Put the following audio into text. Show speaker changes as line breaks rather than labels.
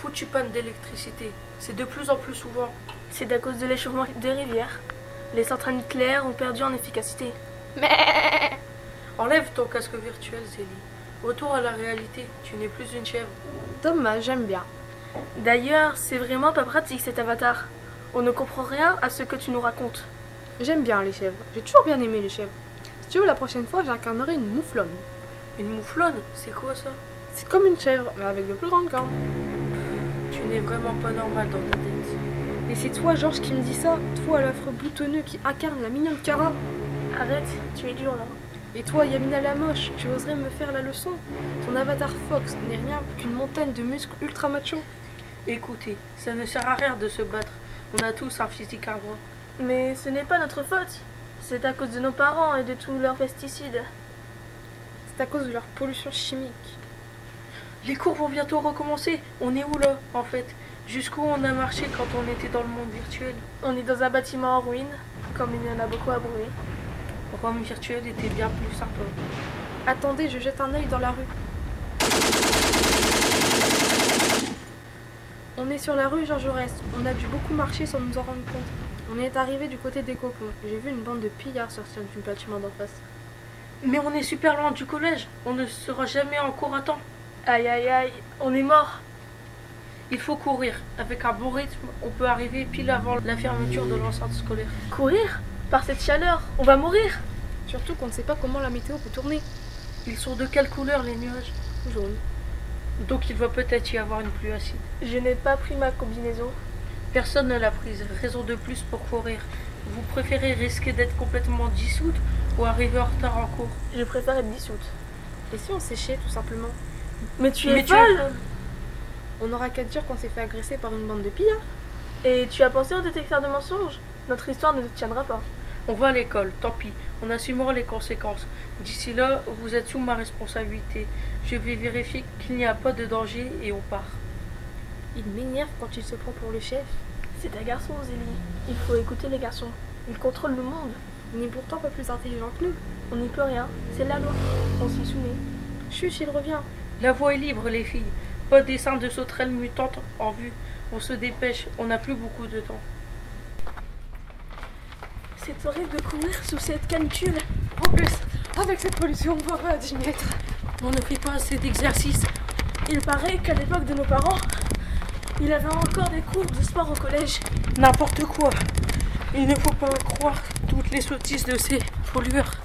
foutue panne d'électricité. C'est de plus en plus souvent.
C'est à cause de l'échauffement des rivières. Les centrales nucléaires ont perdu en efficacité.
Mais
Enlève ton casque virtuel, Zélie. Retour à la réalité, tu n'es plus une chèvre.
Thomas, j'aime bien.
D'ailleurs, c'est vraiment pas pratique cet avatar. On ne comprend rien à ce que tu nous racontes.
J'aime bien les chèvres. J'ai toujours bien aimé les chèvres. Si tu veux, la prochaine fois, j'incarnerai une mouflonne.
Une mouflonne, c'est quoi ça
C'est comme une chèvre, mais avec de plus grandes cornes.
Tu n'es vraiment pas normal dans ta tête.
Et c'est toi, Georges, qui me dis ça. Toi, l'affreux boutonneux qui incarne la mignonne Cara.
Arrête, tu es dur là.
Et toi, Yamina la moche, tu oserais me faire la leçon Ton avatar Fox n'est rien qu'une montagne de muscles ultra macho.
Écoutez, ça ne sert à rien de se battre. On a tous un physique à moi.
Mais ce n'est pas notre faute. C'est à cause de nos parents et de tous leurs pesticides.
C'est à cause de leur pollution chimique.
Les cours vont bientôt recommencer. On est où là, en fait Jusqu'où on a marché quand on était dans le monde virtuel
On est dans un bâtiment en ruine, comme il y en a beaucoup à brûler.
Rome virtuel était bien plus sympa.
Attendez, je jette un œil dans la rue. On est sur la rue Georges Jaurès. On a dû beaucoup marcher sans nous en rendre compte. On est arrivé du côté des cocons. J'ai vu une bande de pillards sortir du bâtiment d'en face.
Mais on est super loin du collège. On ne sera jamais en cours à temps.
Aïe aïe aïe, on est mort.
Il faut courir. Avec un bon rythme, on peut arriver pile avant la fermeture de l'enceinte scolaire.
Courir Par cette chaleur, on va mourir.
Surtout qu'on ne sait pas comment la météo peut tourner.
Ils sont de quelle couleur les nuages
Jaune.
Donc il va peut-être y avoir une pluie acide.
Je n'ai pas pris ma combinaison.
Personne ne l'a prise. Raison de plus pour courir. Vous préférez risquer d'être complètement dissoute ou arriver en retard en cours
Je préfère être dissoute.
Et si on séchait tout simplement
Mais tu es
Mais tu es
folle
On n'aura qu'à dire qu'on s'est fait agresser par une bande de pillards.
Et tu as pensé au détecteur de mensonges Notre histoire ne te tiendra pas.
On va à l'école, tant pis. On assumera les conséquences. D'ici là, vous êtes sous ma responsabilité. Je vais vérifier qu'il n'y a pas de danger et on part.
Il m'énerve quand il se prend pour le chef.
C'est un garçon, Zélie. Il faut écouter les garçons. Ils contrôlent le monde.
Il n'est pourtant pas plus intelligent que nous.
On n'y peut rien. C'est la loi. On s'y soumet.
Chuch, il revient.
La voie est libre, les filles. Pas dessin de sauterelles mutantes en vue. On se dépêche, on n'a plus beaucoup de temps.
C'est horrible de courir sous cette canicule.
En plus, avec cette pollution, on va pas à 10 mètres.
On ne fait pas assez d'exercice.
Il paraît qu'à l'époque de nos parents, il avait encore des cours de sport au collège.
N'importe quoi. Il ne faut pas croire toutes les sottises de ces pollueurs.